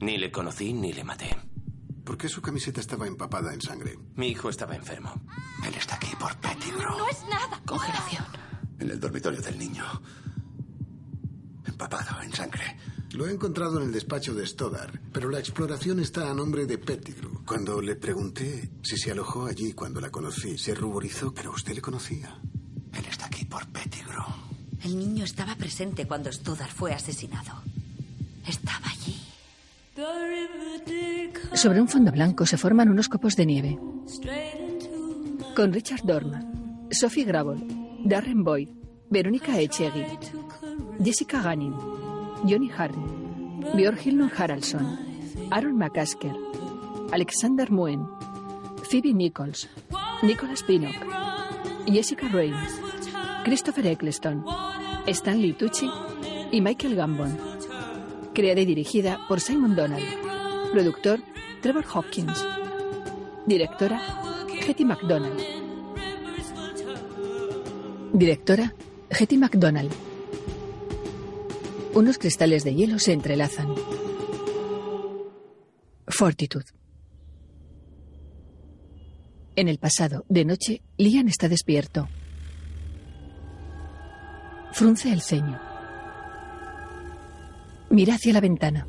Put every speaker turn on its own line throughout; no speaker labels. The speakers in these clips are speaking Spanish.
Ni le conocí ni le maté.
¿Por qué su camiseta estaba empapada en sangre?
Mi hijo estaba enfermo.
Él está aquí por peligro.
No es nada.
Congelación.
En el dormitorio del niño. Empapado en sangre.
Lo he encontrado en el despacho de Stoddard, pero la exploración está a nombre de Pettigrew. Cuando le pregunté si se alojó allí cuando la conocí, se ruborizó, pero usted le conocía.
Él está aquí por Pettigrew.
El niño estaba presente cuando Stoddard fue asesinado. Estaba allí.
Sobre un fondo blanco se forman unos copos de nieve. Con Richard Dorman, Sophie Gravel, Darren Boyd, Verónica Echegui, Jessica Gannin, Johnny Hardy, Björn Hilton Haraldsson, Aaron McCasker, Alexander Muen, Phoebe Nichols, Nicholas Pinnock, Jessica Rain, Christopher Eccleston, Stanley Tucci y Michael Gambon. Creada y dirigida por Simon Donald. Productor Trevor Hopkins. Directora Hetty MacDonald. Directora Hetty MacDonald. Unos cristales de hielo se entrelazan. Fortitud. En el pasado, de noche, Lian está despierto. Frunce el ceño. Mira hacia la ventana.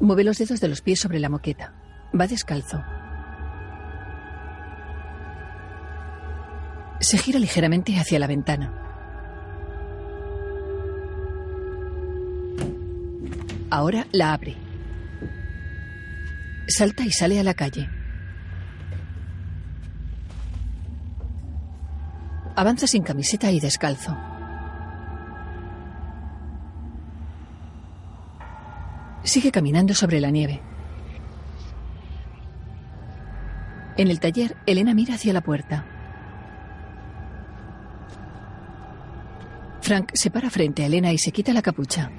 Mueve los dedos de los pies sobre la moqueta. Va descalzo. Se gira ligeramente hacia la ventana. Ahora la abre. Salta y sale a la calle. Avanza sin camiseta y descalzo. Sigue caminando sobre la nieve. En el taller, Elena mira hacia la puerta. Frank se para frente a Elena y se quita la capucha.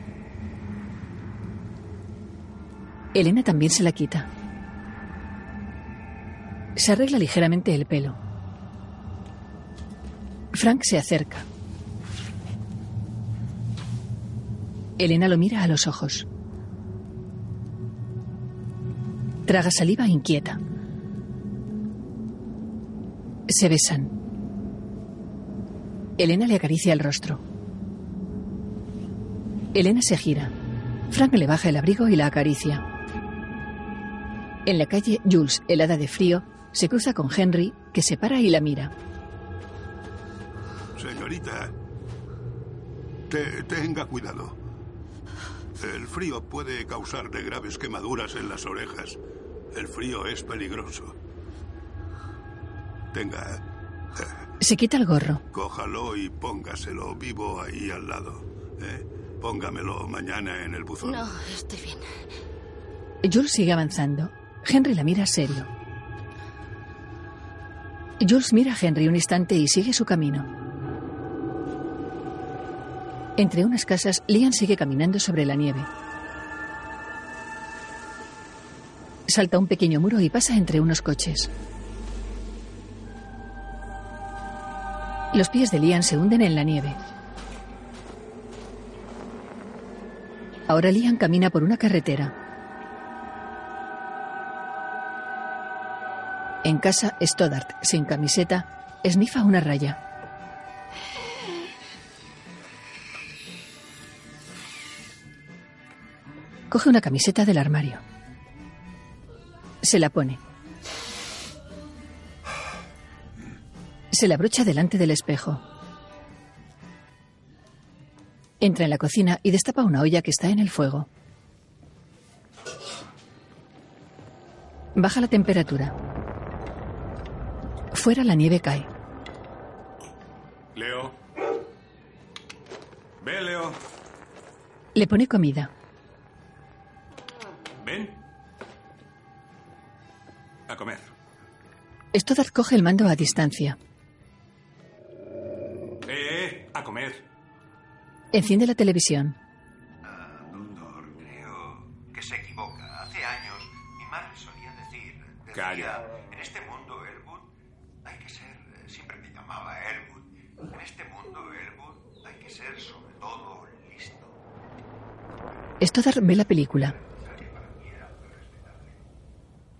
Elena también se la quita. Se arregla ligeramente el pelo. Frank se acerca. Elena lo mira a los ojos. Traga saliva inquieta. Se besan. Elena le acaricia el rostro. Elena se gira. Frank le baja el abrigo y la acaricia. En la calle, Jules, helada de frío, se cruza con Henry, que se para y la mira.
Señorita, te- tenga cuidado. El frío puede causarle graves quemaduras en las orejas. El frío es peligroso. Tenga,
Se quita el gorro.
cójalo y póngaselo vivo ahí al lado. ¿eh? Póngamelo mañana en el buzón.
No, estoy bien.
Jules sigue avanzando. Henry la mira serio. Jules mira a Henry un instante y sigue su camino. Entre unas casas, Lian sigue caminando sobre la nieve. Salta un pequeño muro y pasa entre unos coches. Los pies de Lian se hunden en la nieve. Ahora Lian camina por una carretera. En casa, Stoddard, sin camiseta, esnifa una raya. Coge una camiseta del armario. Se la pone. Se la brocha delante del espejo. Entra en la cocina y destapa una olla que está en el fuego. Baja la temperatura. Fuera la nieve cae.
Leo. Ven, Leo.
Le pone comida.
Ven. A comer.
Stoddard coge el mando a distancia.
Eh, eh, a comer.
Enciende la televisión.
que se equivoca. Hace años, mi madre solía decir, decía,
Calla.
en este mundo, Elwood, hay que ser, eh, siempre me llamaba Elwood, en este mundo, Elwood, hay que ser sobre todo listo.
Stoddard ve la película.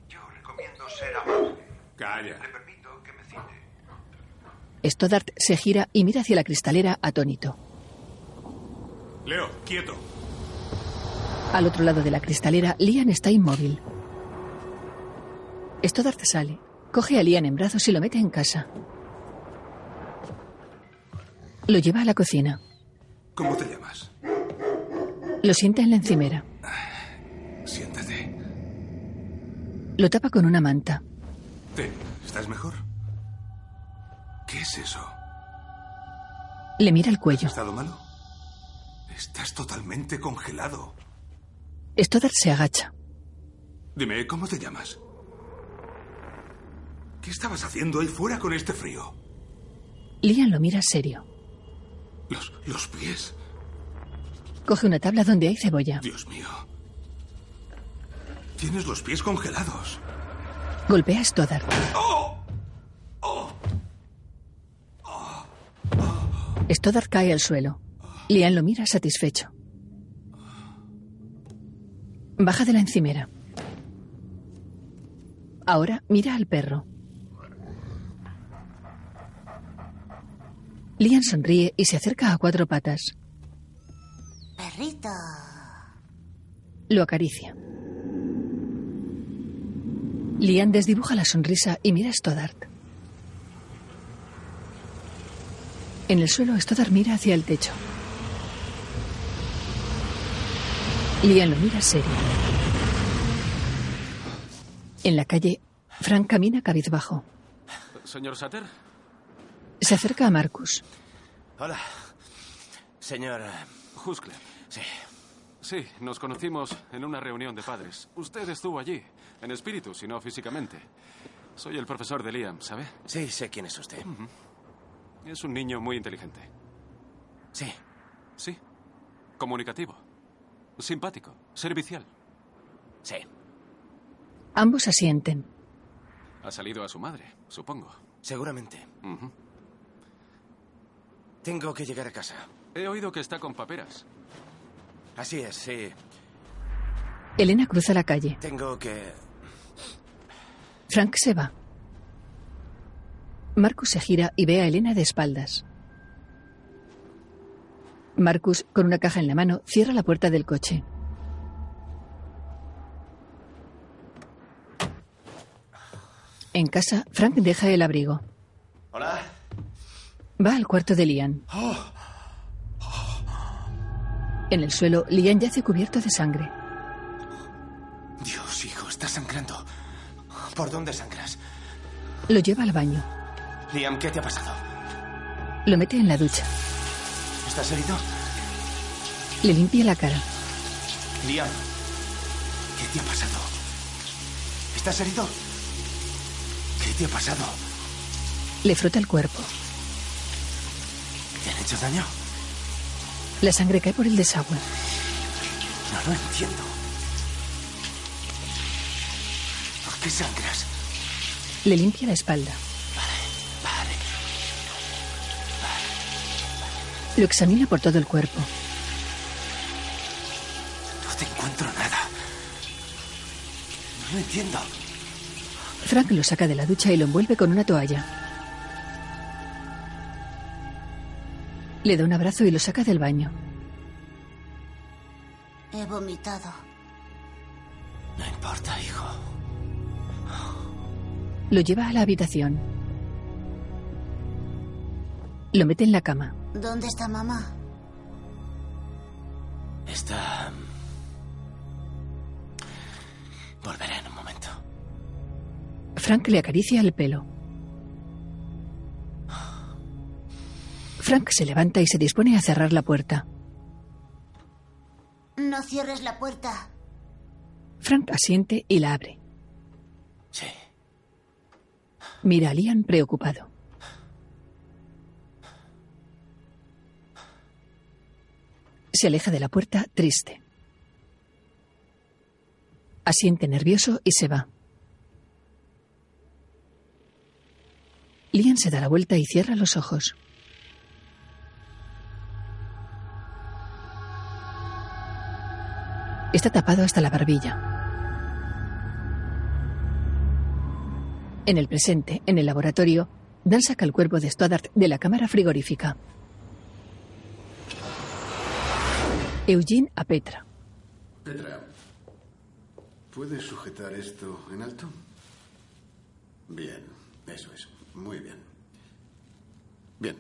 Yo recomiendo ser amable.
Calla.
Le permito que me cite.
Stoddard se gira y mira hacia la cristalera atónito.
Leo, quieto.
Al otro lado de la cristalera, Lian está inmóvil. Stoddard sale, coge a Lian en brazos y lo mete en casa. Lo lleva a la cocina.
¿Cómo te llamas?
Lo sienta en la encimera.
Siéntate.
Lo tapa con una manta.
Ten, ¿estás mejor? ¿Qué es eso?
Le mira el cuello.
¿Has estado malo? Estás totalmente congelado.
Stoddard se agacha.
Dime, ¿cómo te llamas? ¿Qué estabas haciendo ahí fuera con este frío?
Lian lo mira serio.
Los, los pies.
Coge una tabla donde hay cebolla.
Dios mío. Tienes los pies congelados.
Golpea a Stoddard. Stoddard cae al suelo. Lian lo mira satisfecho. Baja de la encimera. Ahora mira al perro. Lian sonríe y se acerca a cuatro patas.
Perrito.
Lo acaricia. Lian desdibuja la sonrisa y mira a Stoddard. En el suelo, Stoddard mira hacia el techo. Lian lo mira serio. En la calle, Frank camina cabizbajo.
Señor Satter.
Se acerca a Marcus.
Hola. Señor eh, Huskler. Sí.
Sí, nos conocimos en una reunión de padres. Usted estuvo allí, en espíritu, si no físicamente. Soy el profesor de Liam, ¿sabe?
Sí, sé quién es usted.
Es un niño muy inteligente.
Sí.
Sí. Comunicativo. Simpático. Servicial.
Sí.
Ambos asienten.
Ha salido a su madre, supongo.
Seguramente.
Ujú.
Tengo que llegar a casa.
He oído que está con paperas.
Así es, sí.
Elena cruza la calle.
Tengo que...
Frank se va. Marcus se gira y ve a Elena de espaldas. Marcus, con una caja en la mano, cierra la puerta del coche. En casa, Frank deja el abrigo.
Hola.
Va al cuarto de Lian. En el suelo, Lian yace cubierto de sangre.
Dios, hijo, estás sangrando. ¿Por dónde sangras?
Lo lleva al baño.
Liam, ¿qué te ha pasado?
Lo mete en la ducha.
¿Estás herido?
Le limpia la cara.
Liam, ¿qué te ha pasado? ¿Estás herido? ¿Qué te ha pasado?
Le frota el cuerpo.
¿Te han hecho daño?
La sangre cae por el desagüe.
No lo entiendo. ¿Por qué sangras?
Le limpia la espalda.
Vale.
Lo examina por todo el cuerpo.
No te encuentro nada. No lo entiendo.
Frank lo saca de la ducha y lo envuelve con una toalla. Le da un abrazo y lo saca del baño.
He vomitado.
No importa, hijo.
Lo lleva a la habitación. Lo mete en la cama.
¿Dónde está mamá?
Está... Volveré en un momento.
Frank le acaricia el pelo. Frank se levanta y se dispone a cerrar la puerta.
No cierres la puerta.
Frank asiente y la abre.
Sí.
Mira a Lian preocupado. Se aleja de la puerta triste. Asiente nervioso y se va. Lian se da la vuelta y cierra los ojos. Está tapado hasta la barbilla. En el presente, en el laboratorio, Dan saca el cuerpo de Stoddart de la cámara frigorífica. Eugene a Petra.
Petra, ¿puedes sujetar esto en alto? Bien, eso es. Muy bien. Bien.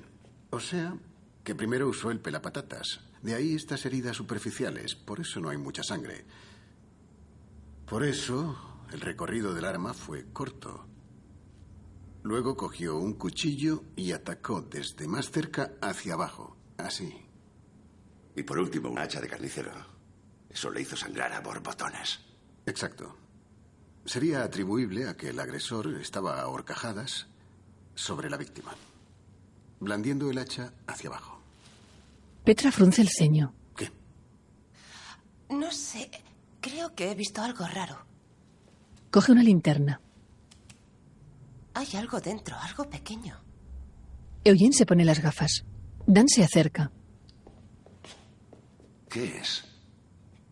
O sea, que primero usó el pelapatatas. De ahí estas heridas superficiales. Por eso no hay mucha sangre. Por eso el recorrido del arma fue corto. Luego cogió un cuchillo y atacó desde más cerca hacia abajo. Así.
Y por último, un hacha de carnicero. Eso le hizo sangrar a borbotones.
Exacto. Sería atribuible a que el agresor estaba a horcajadas sobre la víctima, blandiendo el hacha hacia abajo.
Petra frunce el ceño.
No sé. Creo que he visto algo raro.
Coge una linterna.
Hay algo dentro, algo pequeño.
Eugene se pone las gafas. Dan se acerca.
¿Qué es?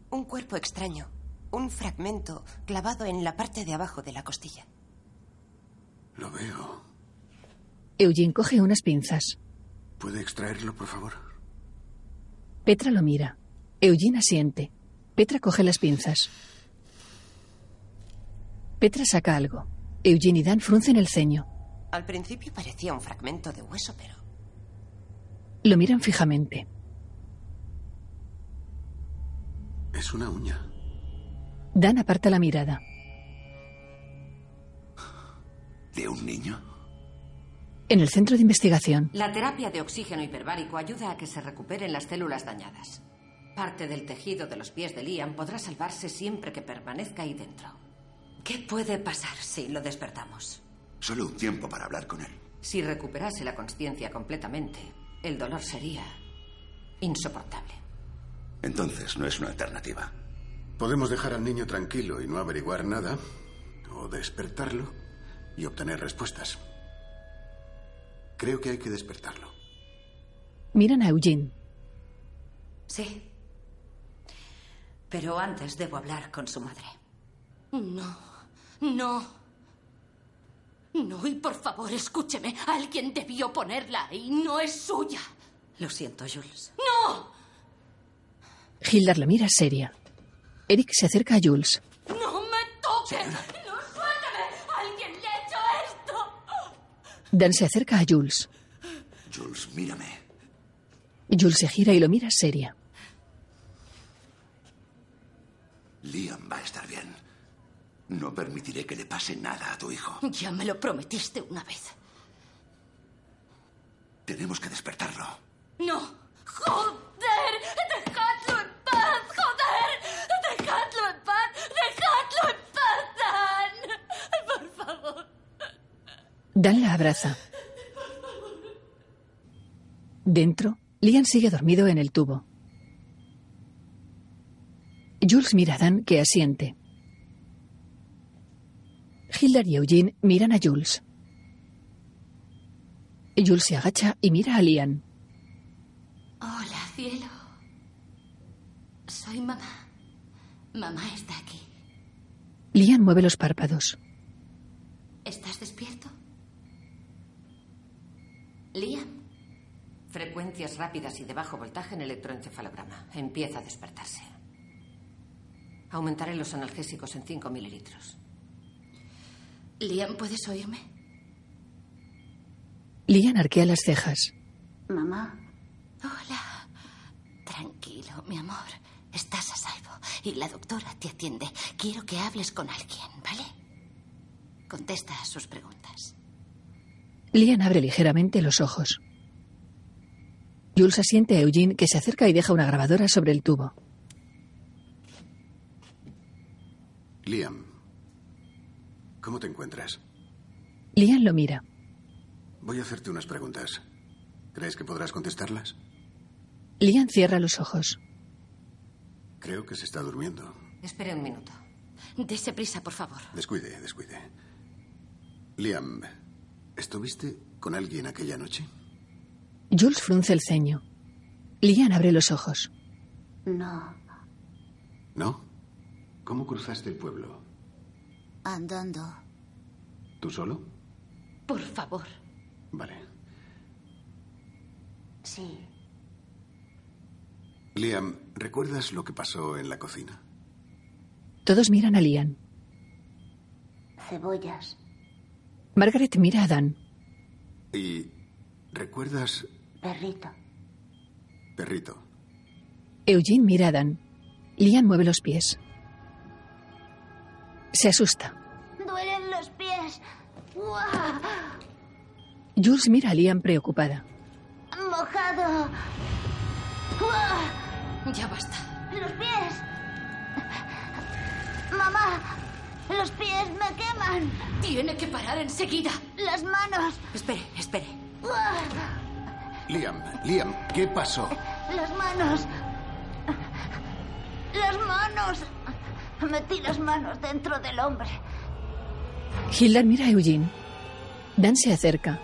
Un cuerpo extraño. Un fragmento clavado en la parte de abajo de la costilla.
Lo veo.
Eugene coge unas pinzas.
¿Puede extraerlo, por favor?
Petra lo mira. Eugene asiente. Petra coge las pinzas. Petra saca algo. Eugene y Dan fruncen el ceño.
Al principio parecía un fragmento de hueso, pero
Lo miran fijamente.
Es una uña.
Dan aparta la mirada.
¿De un niño?
En el centro de investigación,
La terapia de oxígeno hiperbárico ayuda a que se recuperen las células dañadas. Parte del tejido de los pies de Liam podrá salvarse siempre que permanezca ahí dentro. ¿Qué puede pasar si lo despertamos?
Solo un tiempo para hablar con él.
Si recuperase la conciencia completamente, el dolor sería insoportable.
Entonces no es una alternativa.
Podemos dejar al niño tranquilo y no averiguar nada, o despertarlo y obtener respuestas. Creo que hay que despertarlo.
miran a Eugene.
Sí. Pero antes debo hablar con su madre.
No, no. No, y por favor, escúcheme. Alguien debió ponerla ahí. No es suya.
Lo siento, Jules.
¡No!
Hildar la mira seria. Eric se acerca a Jules.
¡No me toque! ¡No suéltame! ¡Alguien le ha hecho esto!
Dan se acerca a Jules.
Jules, mírame.
Jules se gira y lo mira seria.
Liam va a estar bien. No permitiré que le pase nada a tu hijo.
Ya me lo prometiste una vez.
Tenemos que despertarlo.
¡No! ¡Joder! ¡Dejadlo en paz! ¡Joder! ¡Dejadlo en paz! ¡Dejadlo en paz, Dan! Por favor.
Dan la abraza. Dentro, Liam sigue dormido en el tubo. Jules mira a Dan, que asiente. Hildar y Eugene miran a Jules. Jules se agacha y mira a Liam.
Hola, cielo. Soy mamá. Mamá está aquí.
Liam mueve los párpados.
¿Estás despierto? Liam.
Frecuencias rápidas y de bajo voltaje en electroencefalograma. Empieza a despertarse. Aumentaré los analgésicos en 5 mililitros.
Liam, ¿puedes oírme?
Liam arquea las cejas.
Mamá. Hola. Tranquilo, mi amor. Estás a salvo y la doctora te atiende. Quiero que hables con alguien, ¿vale? Contesta a sus preguntas.
Liam abre ligeramente los ojos. Jules asiente a Eugene, que se acerca y deja una grabadora sobre el tubo.
Liam, ¿cómo te encuentras?
Liam lo mira.
Voy a hacerte unas preguntas. ¿Crees que podrás contestarlas?
Liam cierra los ojos.
Creo que se está durmiendo.
Espere un minuto.
Dese prisa, por favor.
Descuide, descuide. Liam, ¿estuviste con alguien aquella noche?
Jules frunce el ceño. Liam abre los ojos.
No,
¿No? ¿Cómo cruzaste el pueblo?
Andando.
¿Tú solo?
Por favor.
Vale.
Sí.
Liam, ¿recuerdas lo que pasó en la cocina?
Todos miran a Liam.
Cebollas.
Margaret mira a Dan.
¿Y recuerdas,
Perrito.
perrito?
Eugene mira a Dan. Liam mueve los pies. Se asusta.
Duelen los pies. ¡Guau!
Jules mira a Liam preocupada.
Mojado. ¡Guau!
Ya basta.
Los pies. Mamá, los pies me queman.
Tiene que parar enseguida.
Las manos.
Espere, espere.
¡Guau!
Liam, Liam, ¿qué pasó?
Las manos. Las manos. Metí las manos dentro del hombre.
Hilda mira a Eugene. Dan se acerca.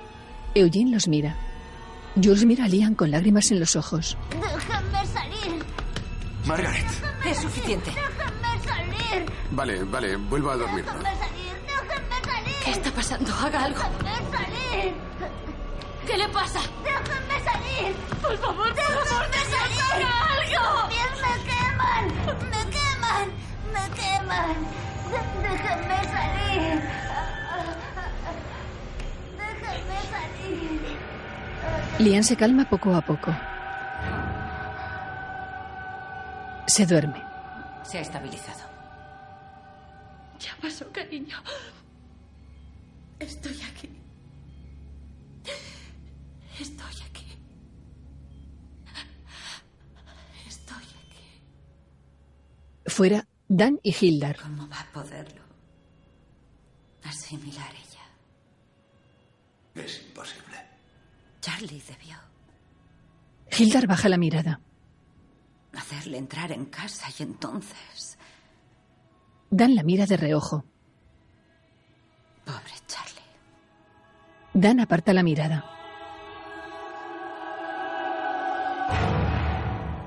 Eugene los mira. Jules mira a Liam con lágrimas en los ojos.
Déjenme salir.
Margaret.
Es suficiente.
Déjenme salir.
Vale, vale, vuelva a dormir.
Déjenme salir. Déjenme salir.
¿Qué está pasando? Haga algo.
Déjenme salir.
¿Qué le pasa?
Déjenme salir.
Por favor, por favor,
Déjenme
Dios,
salir.
haga
Los
algo.
pies me queman. Me queman. Me queman. De- Déjenme salir. Déjenme salir.
Liam se calma poco a poco. Se duerme.
Se ha estabilizado.
Ya pasó, cariño. Estoy aquí. Estoy aquí. Estoy aquí.
Fuera, Dan y Hildar.
¿Cómo va a poderlo asimilar ella?
Es imposible.
Charlie debió
Hildar baja la mirada.
hacerle entrar en casa y entonces...
Dan la mira de reojo.
Pobre Charlie.
Dan aparta la mirada.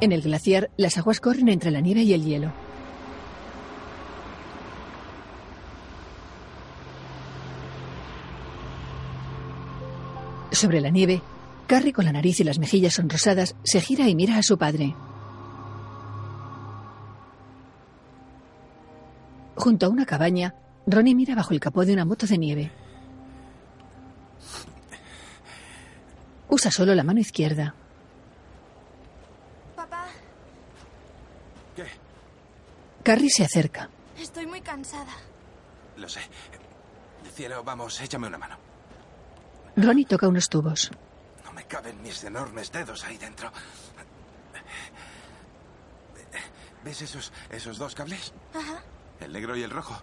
En el glaciar, las aguas corren entre la nieve y el hielo. Sobre la nieve, Carrie, con la nariz y las mejillas sonrosadas, se gira y mira a su padre. Junto a una cabaña, Ronnie mira bajo el capó de una moto de nieve. Usa solo la mano izquierda.
Papá,
¿Qué?
Carrie se acerca.
estoy muy cansada.
Lo sé. Cielo, vamos, échame una mano.
Ronnie toca unos tubos.
No me caben mis enormes dedos ahí dentro. ¿Ves esos, esos dos cables?
Ajá,
El negro y el rojo.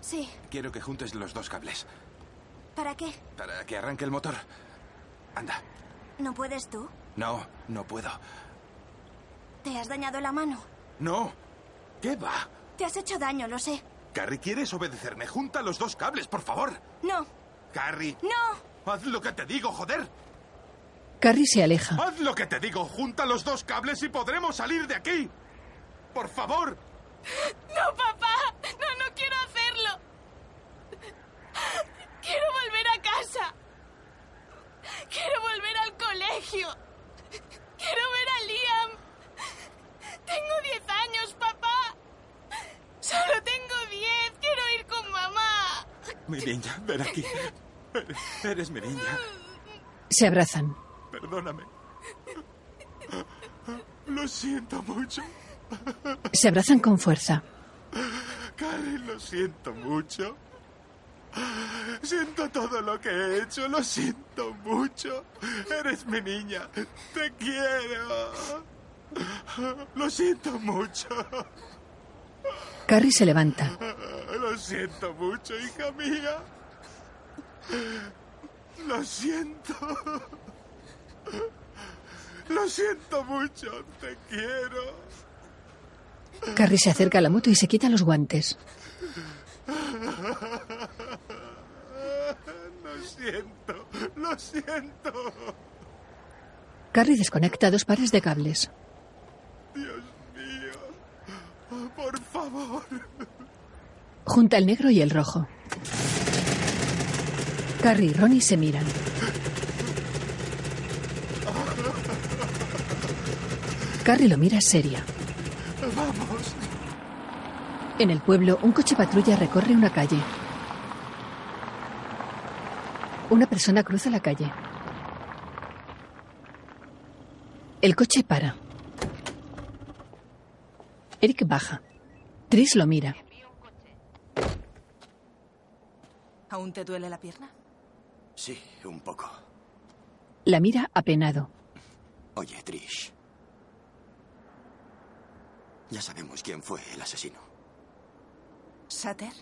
sí.
Quiero que juntes los dos cables
¿Para qué?
para que arranque el motor. Anda.
¿No puedes tú?
No, no puedo.
Te has dañado la mano.
No. ¿Qué va?
Te has hecho daño, lo sé.
Carrie, ¿quieres obedecerme? Junta los dos cables, por favor.
No,
Carrie,
no.
haz lo que te digo, joder.
Carrie se aleja.
Haz lo que te digo, junta los dos cables y podremos salir de aquí. Por favor.
No, papá. No, no quiero hacerlo. Quiero volver a casa. Quiero volver al colegio. Quiero ver a Liam. Tengo 10 años, papá. Solo tengo 10. Quiero ir con mamá.
Mi niña, ven aquí. Eres mi niña.
Se abrazan.
Perdóname. Lo siento mucho.
Se abrazan con fuerza.
Carrie, lo siento mucho. Siento todo lo que he hecho, lo siento mucho. Eres mi niña, te quiero. Lo siento mucho.
Carrie se levanta.
Lo siento mucho, hija mía. Lo siento. Lo siento mucho, te quiero.
Carrie se acerca a la moto y se quita los guantes.
Lo siento, lo siento.
Carrie desconecta dos pares de cables.
Dios mío. Por favor.
Junta el negro y el rojo. Carrie y Ronnie se miran. Carrie lo mira seria.
Vamos.
En el pueblo, un coche patrulla recorre una calle. Una persona cruza la calle. El coche para. Eric baja. Tris lo mira.
¿Aún te duele la pierna?
Sí, un poco.
La mira apenado.
Oye, Trish. Ya sabemos quién fue el asesino.
¿Sater?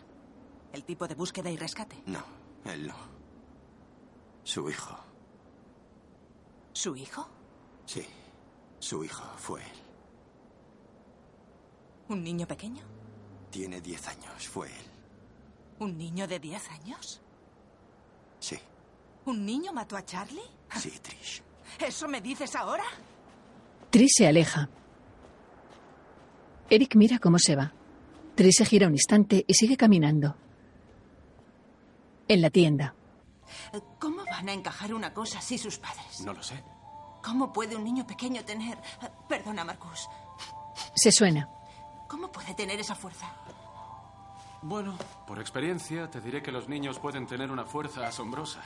¿El tipo de búsqueda y rescate?
No, él no. Su hijo.
¿Su hijo?
Sí, su hijo fue él.
¿Un niño pequeño?
Tiene 10 años, fue él.
¿Un niño de 10 años?
Sí,
¿Un niño mató a Charlie?
sí, Trish.
¿Eso me dices ahora?
Tris se aleja. Eric mira cómo se va. Tris se gira un instante y sigue caminando. En la tienda,
¿Cómo van a encajar una cosa así sus padres?
No lo sé.
¿Cómo puede un niño pequeño tener... Perdona, Marcus.
se suena.
¿Cómo puede tener esa fuerza?
Bueno, por experiencia te diré que los niños pueden tener una fuerza asombrosa.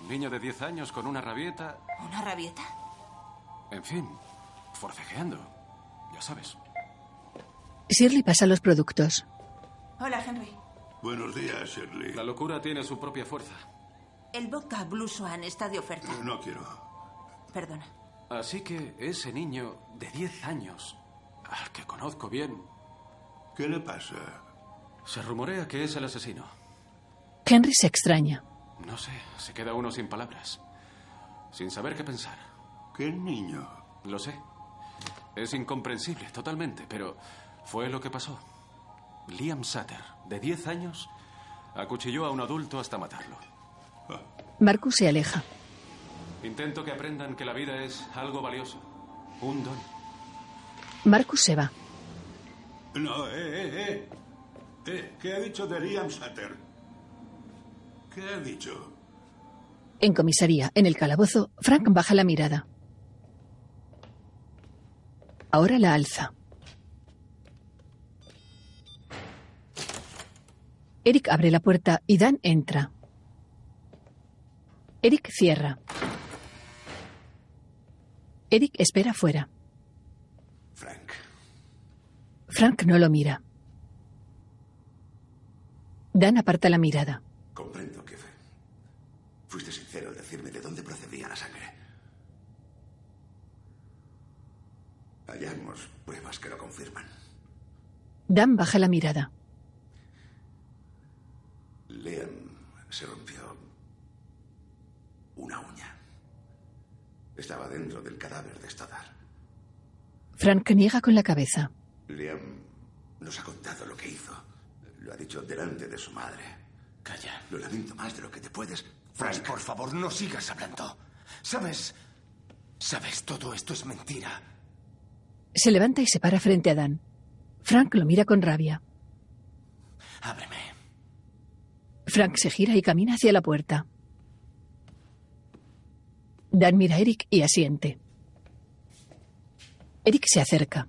Un niño de 10 años con una rabieta,
¿Una rabieta?
en fin, forcejeando. Ya sabes.
Shirley pasa los productos.
Hola, Henry.
Buenos días, Shirley.
La locura tiene su propia fuerza.
El vodka Blue Swan está de oferta.
Eh, No quiero.
Perdona.
Así que ese niño de 10 años, al que conozco bien...
¿Qué le pasa?
Se rumorea que es el asesino.
Henry se extraña.
No sé, se queda uno sin palabras. Sin saber qué pensar.
¿Qué niño?
Lo sé. Es incomprensible, totalmente, pero fue lo que pasó. Liam Sutter, de 10 años, acuchilló a un adulto hasta matarlo.
Marcus se aleja.
Intento que aprendan que la vida es algo valioso, un don.
Marcus se va.
No, eh, eh, eh. Eh, ¿Qué ha dicho de Liam Sutter? ¿Qué ha dicho?
En comisaría, en el calabozo, Frank baja la mirada. Ahora la alza. Eric abre la puerta y Dan entra. Eric cierra. Eric espera fuera.
Frank.
Frank no lo mira. Dan aparta la mirada.
Comprendo que fue- fuiste sincero al decirme de dónde procedía la sangre. Hallamos pruebas que lo confirman.
Dan baja la mirada.
Liam se rompió una uña. Estaba dentro del cadáver de Stoddard.
Frank niega con la cabeza.
Liam nos ha contado lo que hizo. Lo ha dicho delante de su madre. Calla. Lo lamento más de lo que te puedes.
Frank, por favor, no sigas hablando. ¿Sabes? ¿Sabes? Todo esto es mentira.
Se levanta y se para frente a Dan. Frank lo mira con rabia.
Ábreme.
Frank se gira y camina hacia la puerta. Dan mira a Eric y asiente. Eric se acerca.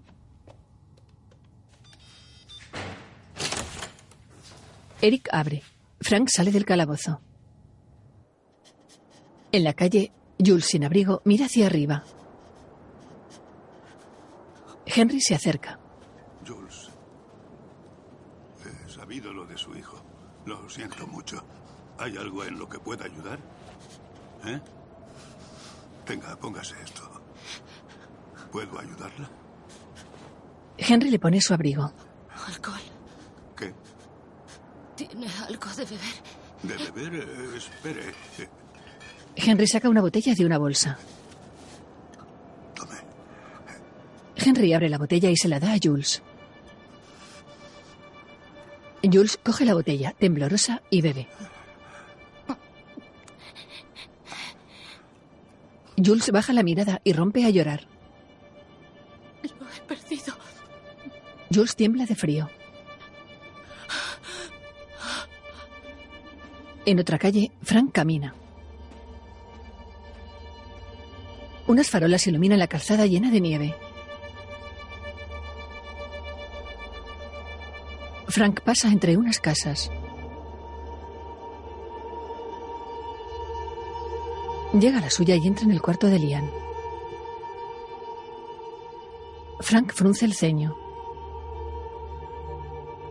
Eric abre. Frank sale del calabozo. En la calle, Jules sin abrigo mira hacia arriba. Henry se acerca.
Jules. He sabido lo de su hijo. Lo siento mucho. ¿Hay algo en lo que pueda ayudar? ¿Eh? Venga, póngase esto. ¿Puedo ayudarla?
Henry le pone su abrigo.
Alcohol.
¿Qué?
¿Tiene algo de beber?
¿De beber? Eh, espere. Eh,
Henry saca una botella de una bolsa. Henry abre la botella y se la da a Jules. Jules coge la botella, temblorosa, y bebe. Jules baja la mirada y rompe a llorar.
Lo he perdido.
Jules tiembla de frío. En otra calle, Frank camina. Unas farolas iluminan la calzada llena de nieve. Frank pasa entre unas casas. Llega a la suya y entra en el cuarto de Lian. Frank frunce el ceño.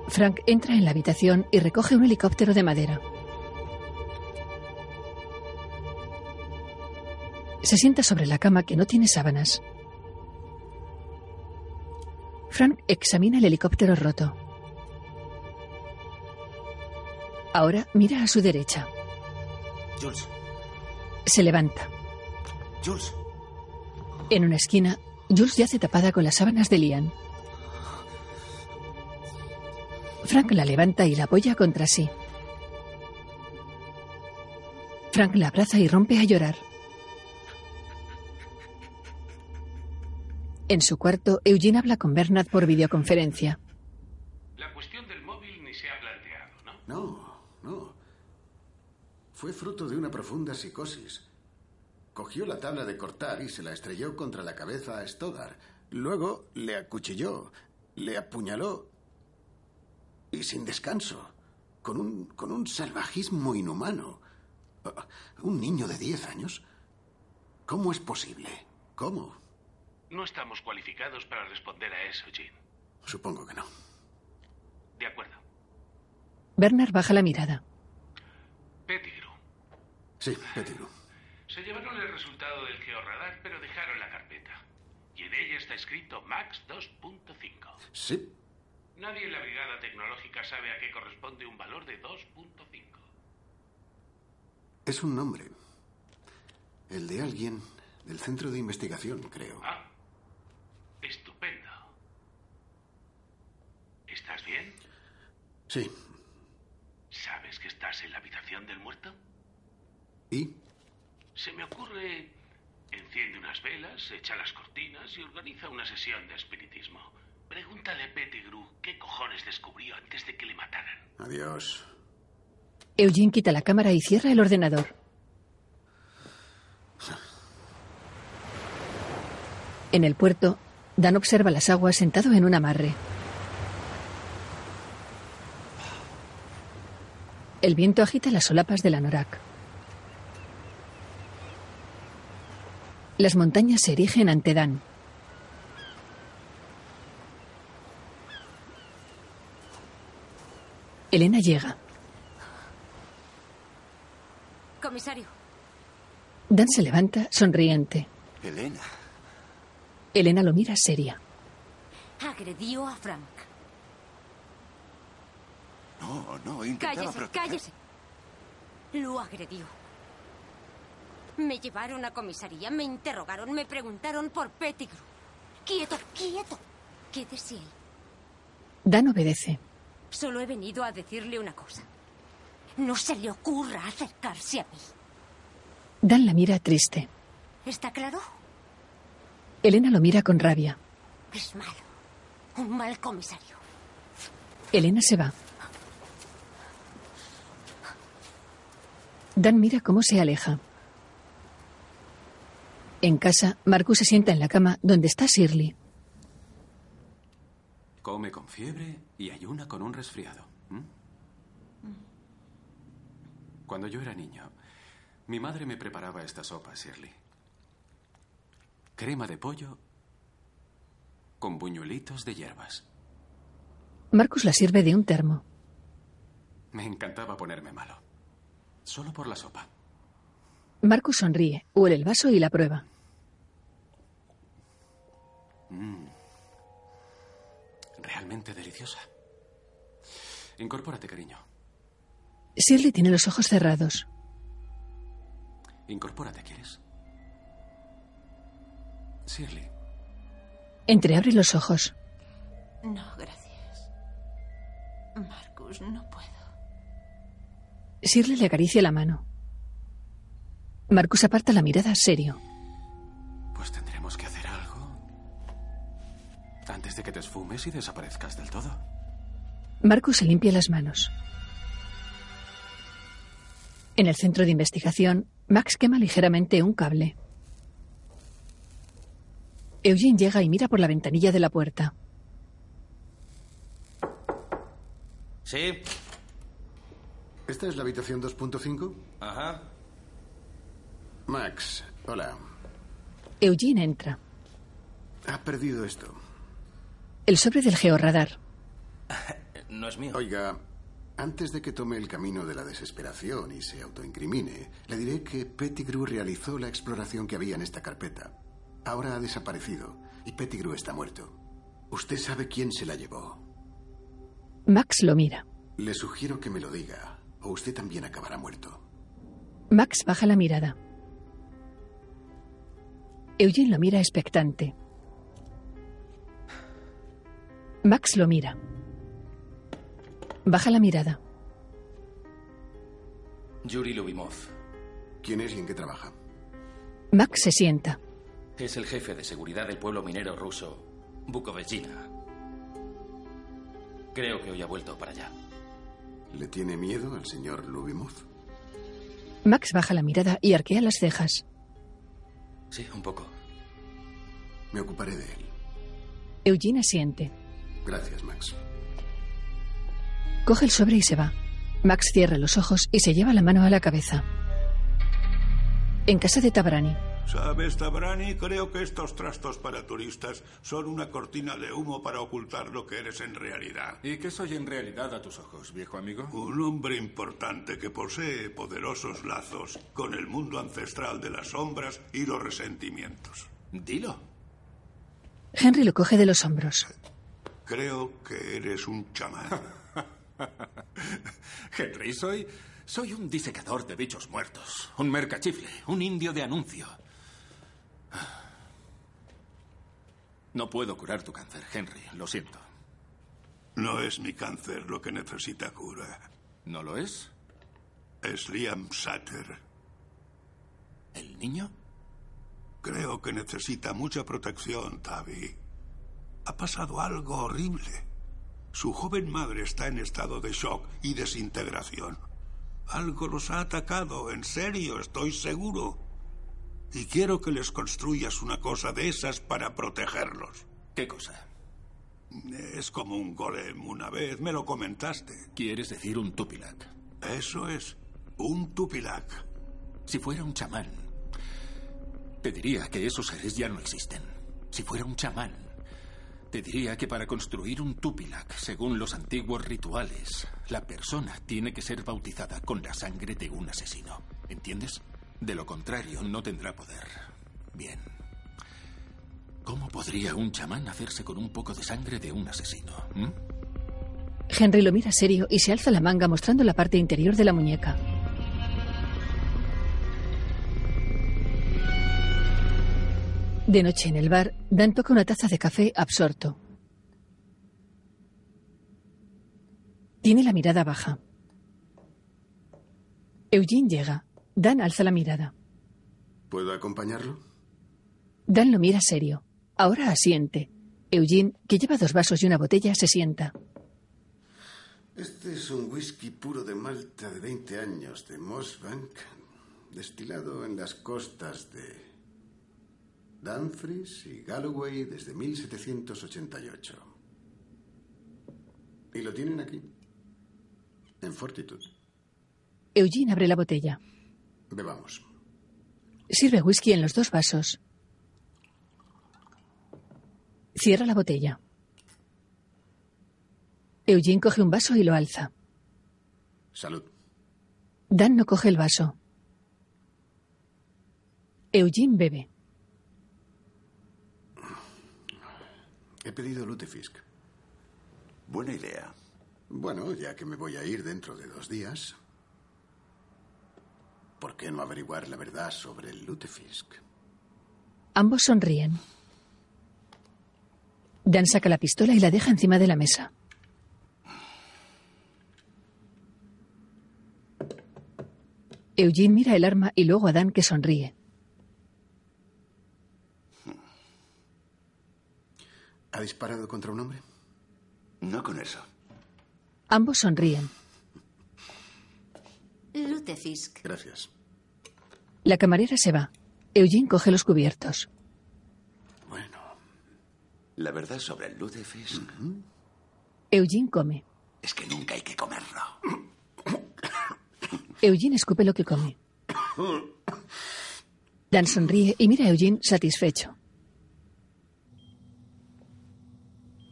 Frank entra en la habitación y recoge un helicóptero de madera. Se sienta sobre la cama que no tiene sábanas. Frank examina el helicóptero roto. Ahora mira a su derecha.
Jules,
Se levanta.
Jules,
En una esquina, Jules yace tapada con las sábanas de Lian. Frank la levanta y la apoya contra sí. Frank la abraza y rompe a llorar. En su cuarto, Eugene habla con Bernard por videoconferencia.
La cuestión del móvil ni se ha planteado, ¿no?
No, no. Fue fruto de una profunda psicosis. Cogió la tabla de cortar y se la estrelló contra la cabeza a Stoddard. Luego le acuchilló, le apuñaló. Y sin descanso. Con un, con un salvajismo inhumano. Ah, ¿Un niño de 10 años? ¿Cómo es posible? ¿Cómo?
No estamos cualificados para responder a eso, Jim.
Supongo que no.
De acuerdo.
Bernard baja la mirada.
Pettigrew.
Sí, Pettigrew.
Se llevaron el resultado del georradar, pero dejaron la carpeta. Y en ella está escrito Max 2.5.
Sí,
Nadie en la brigada tecnológica sabe a qué corresponde un valor de 2.5.
es un nombre. El de alguien del centro de investigación, creo.
Ah, estupendo. ¿Estás bien?
Sí.
¿Sabes que estás en la habitación del muerto?
¿Y?
Se me ocurre... Enciende unas velas, echa las cortinas y organiza una sesión de espiritismo. Pregúntale a Pettigrew qué cojones descubrió antes de que le mataran.
Adiós.
Eugene quita la cámara y cierra el ordenador. En el puerto, Dan observa las aguas sentado en un amarre. El viento agita las solapas del anorak. Las montañas se erigen ante Dan. Elena llega.
Comisario.
Dan se levanta, sonriente.
Elena.
Elena lo mira seria.
Agredió a Frank.
No, no, intentaba
cállese,
¿eh?
proteger-
cállese. Lo agredió. Me llevaron a comisaría, me interrogaron, me preguntaron por Pettigrew. Quieto, quieto. Quédese ahí.
Dan obedece.
Solo he venido a decirle una cosa. No se le ocurra acercarse a mí.
Dan la mira triste.
¿Está claro?
Elena lo mira con rabia.
Es malo. Un mal comisario.
Elena se va. Dan mira cómo se aleja. En casa, Marcus se sienta en la cama donde está Shirley.
Come con fiebre y ayuna con un resfriado. ¿m? Cuando yo era niño, mi madre me preparaba esta sopa, Shirley. Crema de pollo con buñuelitos de hierbas.
Marcus la sirve de un termo.
Me encantaba ponerme malo. Solo por la sopa.
Marcus sonríe, huele el vaso y la prueba.
Mm. Realmente deliciosa. Incorpórate, cariño.
Shirley tiene los ojos cerrados.
Incorpórate, ¿quieres? Shirley,
Entreabre los ojos.
No, gracias. Marcus, no puedo.
Shirley le acaricia la mano. Marcus aparta la mirada serio.
pues tendremos que hacer algo. Antes de que te esfumes y desaparezcas del todo.
Marcus se limpia las manos. En el centro de investigación, Max quema ligeramente un cable. Eugene llega y mira por la ventanilla de la puerta.
Sí,
¿Esta es la habitación 2.5?
ajá.
Max, hola.
Eugene entra.
Ha perdido esto.
El sobre del georradar.
Eh, No es mío.
Oiga, antes de que tome el camino de la desesperación y se autoincrimine, le diré que Pettigrew realizó la exploración que había en esta carpeta. Ahora ha desaparecido y Pettigrew está muerto. Usted sabe quién se la llevó.
Max lo mira.
Le sugiero que me lo diga, o usted también acabará muerto.
Max baja la mirada. Eugene lo mira expectante. Max lo mira. Baja la mirada.
Yuri Lubimov.
¿Quién es y en qué trabaja?
Max se sienta.
Es el jefe de seguridad del pueblo minero ruso Bukovechina. Creo que hoy ha vuelto para allá.
¿Le tiene miedo al señor Lubimov?
Max baja la mirada y arquea las cejas.
Sí, un poco.
Me ocuparé de él.
Eugene asiente.
Gracias, Max.
Coge el sobre y se va. Max cierra los ojos y se lleva la mano a la cabeza. En casa de Tabrani,
¿Sabes, Tabrani? Creo que estos trastos para turistas son una cortina de humo para ocultar lo que eres en realidad.
¿Y qué soy en realidad a tus ojos, viejo amigo?
Un hombre importante que posee poderosos lazos con el mundo ancestral de las sombras y los resentimientos.
Dilo.
Henry lo coge de los hombros.
Creo que eres un chamán.
Henry, soy. Soy un disecador de bichos muertos, un mercachifle, un indio de anuncio. No puedo curar tu cáncer, Henry, lo siento.
No es mi cáncer lo que necesita cura.
¿No lo es?
Es Liam Satter.
¿El niño?
Creo que necesita mucha protección, Tavi. Ha pasado algo horrible. Su joven madre está en estado de shock y desintegración. Algo los ha atacado, en serio, estoy seguro. Y quiero que les construyas una cosa de esas para protegerlos.
¿Qué cosa?
Es como un golem, una vez me lo comentaste.
¿Quieres decir un tupilac?
Eso es, un tupilac.
Si fuera un chamán, te diría que esos seres ya no existen. Si fuera un chamán, te diría que para construir un tupilac, según los antiguos rituales, la persona tiene que ser bautizada con la sangre de un asesino. ¿Entiendes? De lo contrario, no tendrá poder. Bien. ¿Cómo podría un chamán hacerse con un poco de sangre de un asesino? ¿Mm? ¿m?
Henry lo mira serio y se alza la manga mostrando la parte interior de la muñeca. De noche en el bar, Dan toca una taza de café absorto. Tiene la mirada baja. Eugene llega. Dan alza la mirada.
¿Puedo acompañarlo?
Dan lo mira serio. Ahora asiente. Eugene, que lleva dos vasos y una botella, se sienta.
Este es un whisky puro de Malta de 20 años de Moss Bank, destilado en las costas de Dumfries y Galloway desde 1788. Y lo tienen aquí, en Fortitud.
Eugene abre la botella.
Bebamos.
Sirve whisky en los dos vasos. Cierra la botella. Eugene coge un vaso y lo alza.
Salud.
Dan no coge el vaso. Eugene bebe.
He pedido lutefisk.
Buena idea.
Bueno, ya que me voy a ir dentro de dos días, ¿por qué no averiguar la verdad sobre el lutefisk?
Ambos sonríen. Dan saca la pistola y la deja encima de la mesa. Eugene mira el arma y luego a Dan que sonríe.
¿Ha disparado contra un hombre?
No con eso.
Ambos sonríen.
Lu-
Disfrute, Fisk.
Gracias.
La camarera se va. Eugene coge los cubiertos.
La verdad sobre el lutefisk
Eugene come.
es que nunca hay que comerlo.
Eugene escupe lo que come. Dan sonríe y mira a Eugene satisfecho.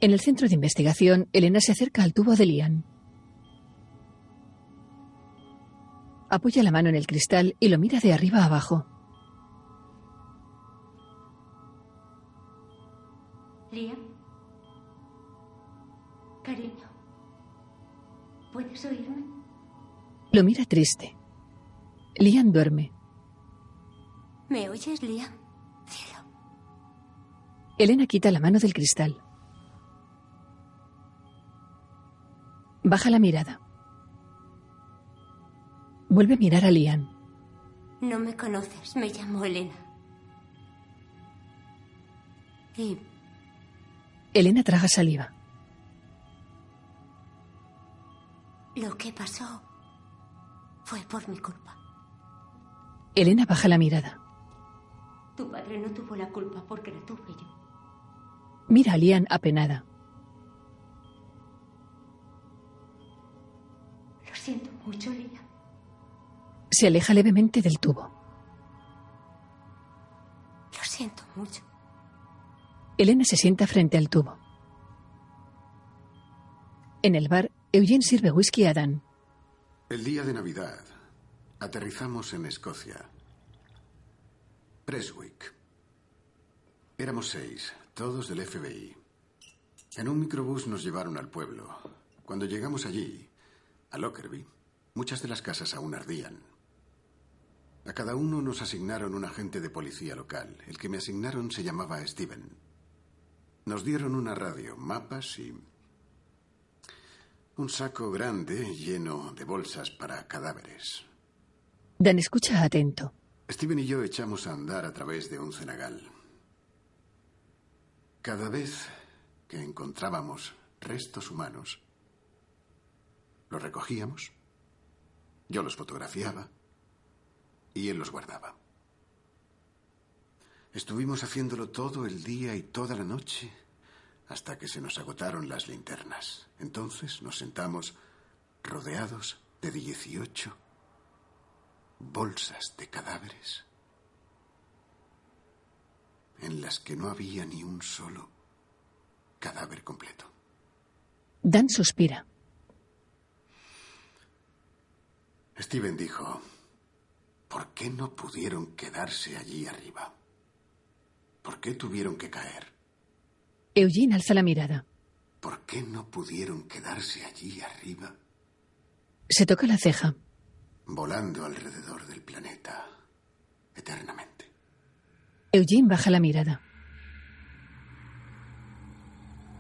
En el centro de investigación, Elena se acerca al tubo de Lian. Apoya la mano en el cristal y lo mira de arriba a abajo.
Liam. Cariño. ¿Puedes oírme?
Lo mira triste. Lian duerme.
¿Me oyes, Liam?
Elena quita la mano del cristal. Baja la mirada. Vuelve a mirar a Lian.
No me conoces, me llamo Elena. Y
Elena traga saliva.
lo que pasó fue por mi culpa.
Elena baja la mirada.
Tu padre no tuvo la culpa porque la tuve yo.
Mira a Lian apenada.
Lo siento mucho, Liam.
Se aleja levemente del tubo.
Lo siento mucho.
Elena se sienta frente al tubo. En el bar, Eugene sirve whisky a Dan.
El día de Navidad. Aterrizamos en Escocia. Preswick. Éramos seis, todos del FBI. En un microbús nos llevaron al pueblo. Cuando llegamos allí, a Lockerbie, muchas de las casas aún ardían. A cada uno nos asignaron un agente de policía local. El que me asignaron se llamaba Steven. Nos dieron una radio, mapas y un saco grande lleno de bolsas para cadáveres.
Dan escucha atento.
Steven y yo echamos a andar a través de un cenagal. Cada vez que encontrábamos restos humanos, los recogíamos, yo los fotografiaba y él los guardaba. Estuvimos haciéndolo todo el día y toda la noche hasta que se nos agotaron las linternas. Entonces nos sentamos rodeados de 18 bolsas de cadáveres en las que no había ni un solo cadáver completo.
Dan suspira.
Steven dijo, ¿por qué no pudieron quedarse allí arriba? ¿Por qué tuvieron que caer?
Eugene alza la mirada.
¿Por qué no pudieron quedarse allí arriba
Se toca la ceja.
volando alrededor del planeta eternamente?
Eugene baja la mirada.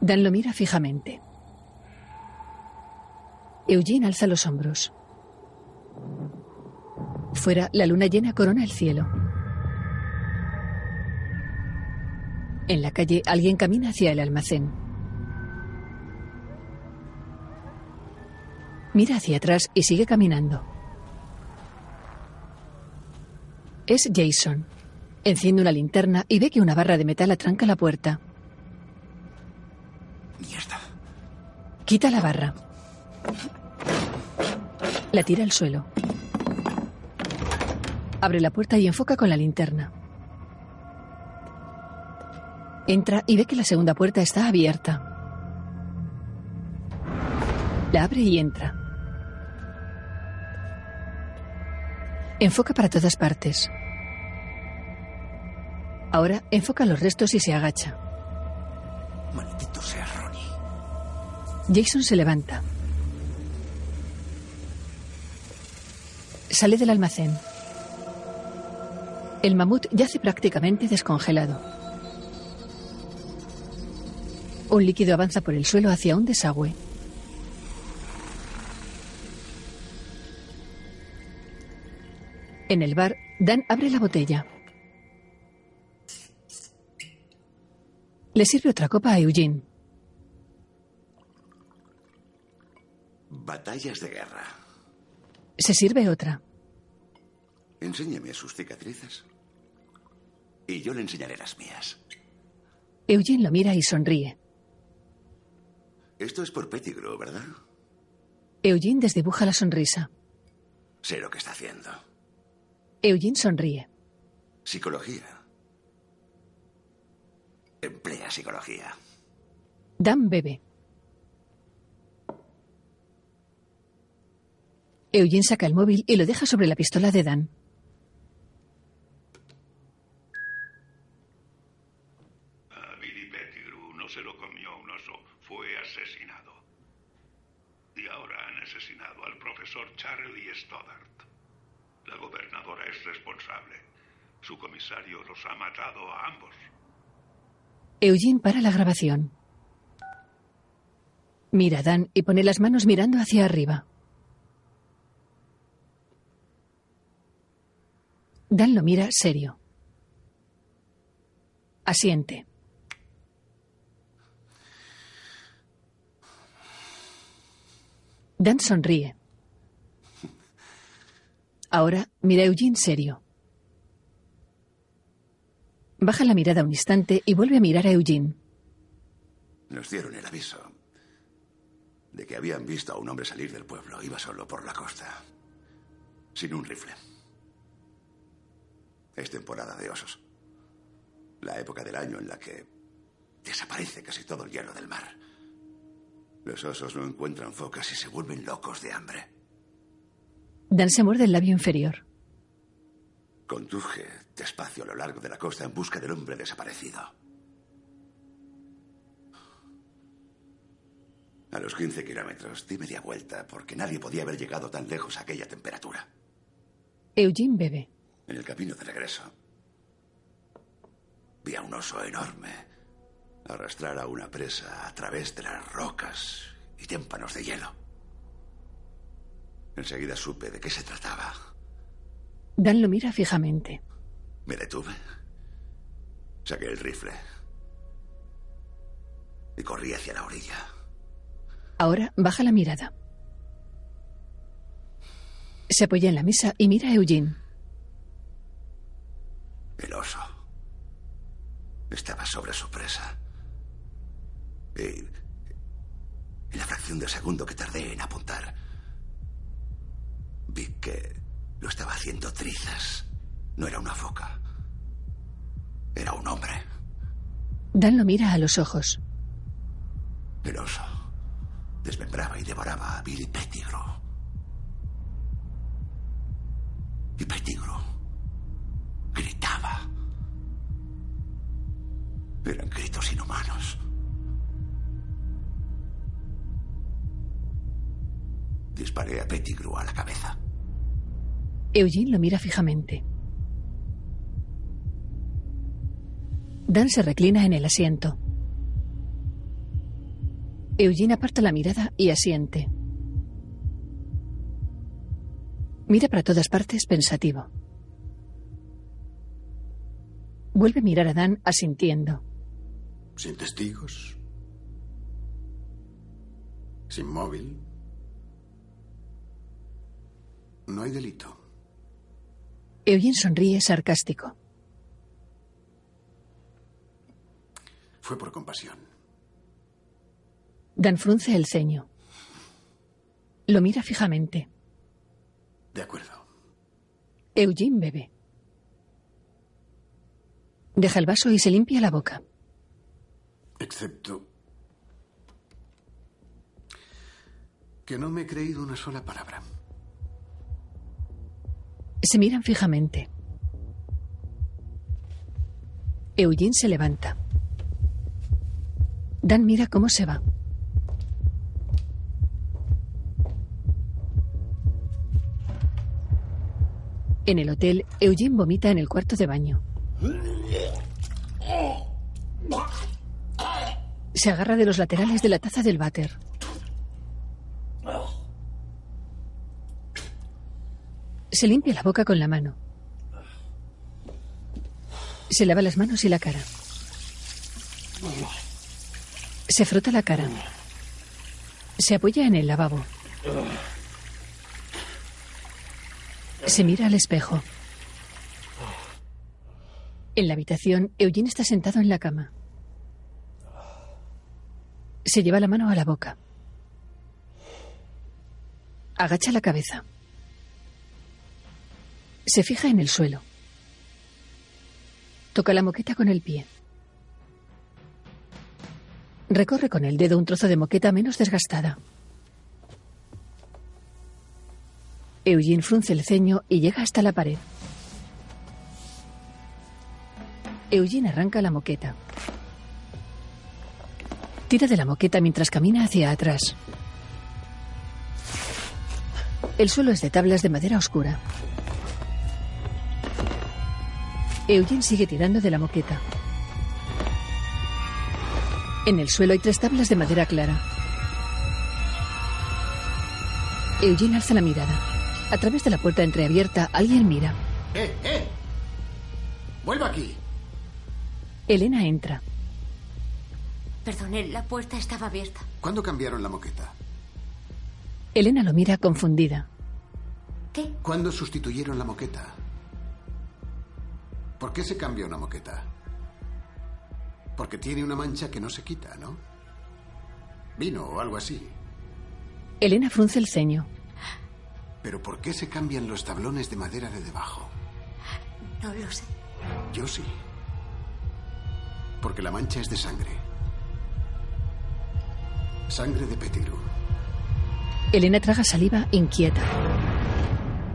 Dan lo mira fijamente. Eugene alza los hombros. Fuera, la luna llena corona el cielo. En la calle, alguien camina hacia el almacén. Mira hacia atrás y sigue caminando. Es Jason. Enciende una linterna y ve que una barra de metal atranca la puerta.
Mierda.
Quita la barra. La tira al suelo. Abre la puerta y enfoca con la linterna. Entra y ve que la segunda puerta está abierta. La abre y entra. Enfoca para todas partes. Ahora enfoca los restos y se agacha.
Maldito sea Ronnie.
Jason se levanta. Sale del almacén. El mamut yace prácticamente descongelado. Un líquido avanza por el suelo hacia un desagüe. En el bar, Dan abre la botella. Le sirve otra copa a Eugene.
Batallas de guerra.
Se sirve otra.
Enséñeme sus cicatrices. Y yo le enseñaré las mías.
Eugene lo mira y sonríe.
Esto es por Pettigrew, ¿verdad?
Eugene desdibuja la sonrisa.
Sé lo que está haciendo.
Eugene sonríe.
Psicología. Emplea psicología.
Dan bebe. Eugene saca el móvil y lo deja sobre la pistola de Dan.
A Billy Pettigrew no se lo comió un oso, fue asesinado. Y ahora han asesinado al profesor Charlie Stoddart. La gobernadora es responsable. Su comisario los ha matado a ambos.
Eugene para la grabación. Mira a Dan y pone las manos mirando hacia arriba. Dan lo mira serio. Asiente. Dan sonríe. Ahora mira a Eugene serio. Baja la mirada un instante y vuelve a mirar a Eugene.
Nos dieron el aviso de que habían visto a un hombre salir del pueblo. Iba solo por la costa, sin un rifle. Es temporada de osos. La época del año en la que desaparece casi todo el hielo del mar. Los osos no encuentran focas y se vuelven locos de hambre.
Dan se muerde el labio inferior.
Conduje despacio a lo largo de la costa en busca del hombre desaparecido. A los 15 kilómetros di media vuelta porque nadie podía haber llegado tan lejos a aquella temperatura.
Eugene bebe.
En el camino de regreso, vi a un oso enorme arrastrar a una presa a través de las rocas y témpanos de hielo. Enseguida supe de qué se trataba.
Dan lo mira fijamente.
Me detuve, saqué el rifle y corrí hacia la orilla.
Ahora baja la mirada. Se apoya en la mesa y mira a Eugene.
El oso estaba sobre su presa. Y en la fracción de segundo que tardé en apuntar, vi que lo estaba haciendo trizas. No era una foca. Era un hombre.
Dan lo mira a los ojos.
El oso desmembraba y devoraba a Billy Pettigrew. Y Pettigrew gritaba. Eran gritos inhumanos. Disparé a Pettigrew a la cabeza.
Eugene lo mira fijamente. Dan se reclina en el asiento. Eugene aparta la mirada y asiente. Mira para todas partes pensativo. Vuelve a mirar a Dan asintiendo.
Sin testigos. Sin móvil. No hay delito.
Eugene sonríe sarcástico.
Fue por compasión.
Dan frunce el ceño. Lo mira fijamente.
De acuerdo.
Eugene bebe. Deja el vaso y se limpia la boca.
Excepto que no me he creído una sola palabra.
Se miran fijamente. Eugene se levanta. Dan mira cómo se va. En el hotel, Eugene vomita en el cuarto de baño. Se agarra de los laterales de la taza del váter. Se limpia la boca con la mano. Se lava las manos y la cara. Se frota la cara. Se apoya en el lavabo. Se mira al espejo. En la habitación, Eugene está sentado en la cama. Se lleva la mano a la boca. Agacha la cabeza. Se fija en el suelo. Toca la moqueta con el pie. Recorre con el dedo un trozo de moqueta menos desgastada. Eugene frunce el ceño y llega hasta la pared. Eugene arranca la moqueta. Tira de la moqueta mientras camina hacia atrás. El suelo es de tablas de madera oscura. Eugene sigue tirando de la moqueta. En el suelo hay tres tablas de madera clara. Eugene alza la mirada. A través de la puerta entreabierta, alguien mira.
¡Eh, eh! ¡Vuelva aquí!
Elena entra.
eh,
Perdone, la puerta estaba abierta.
¿Cuándo cambiaron la moqueta?
Elena lo mira confundida.
¿Qué?
¿Cuándo sustituyeron la moqueta? ¿Por qué se cambia una moqueta? Porque tiene una mancha que no se quita, ¿no? Vino o algo así.
Elena frunce el ceño.
Pero ¿por qué se cambian los tablones de madera de debajo?
No lo sé.
Yo sí. Porque la mancha es de sangre. Sangre de Pettigrew.
Elena traga saliva inquieta.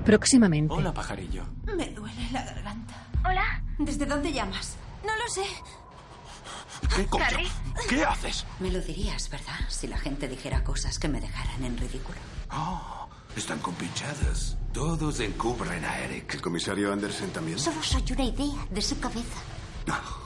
Próximamente.
Hola, pajarillo.
Me duele la garganta.
Hola.
¿Desde dónde llamas?
No lo sé.
¿Qué coño?
Carrie.
¿Qué haces?
Me lo dirías, ¿verdad? Si la gente dijera cosas que me dejaran en ridículo.
Oh, están compinchadas. Todos encubren a Eric.
¿El comisario Andersen también?
Solo soy una idea de su cabeza.
Oh,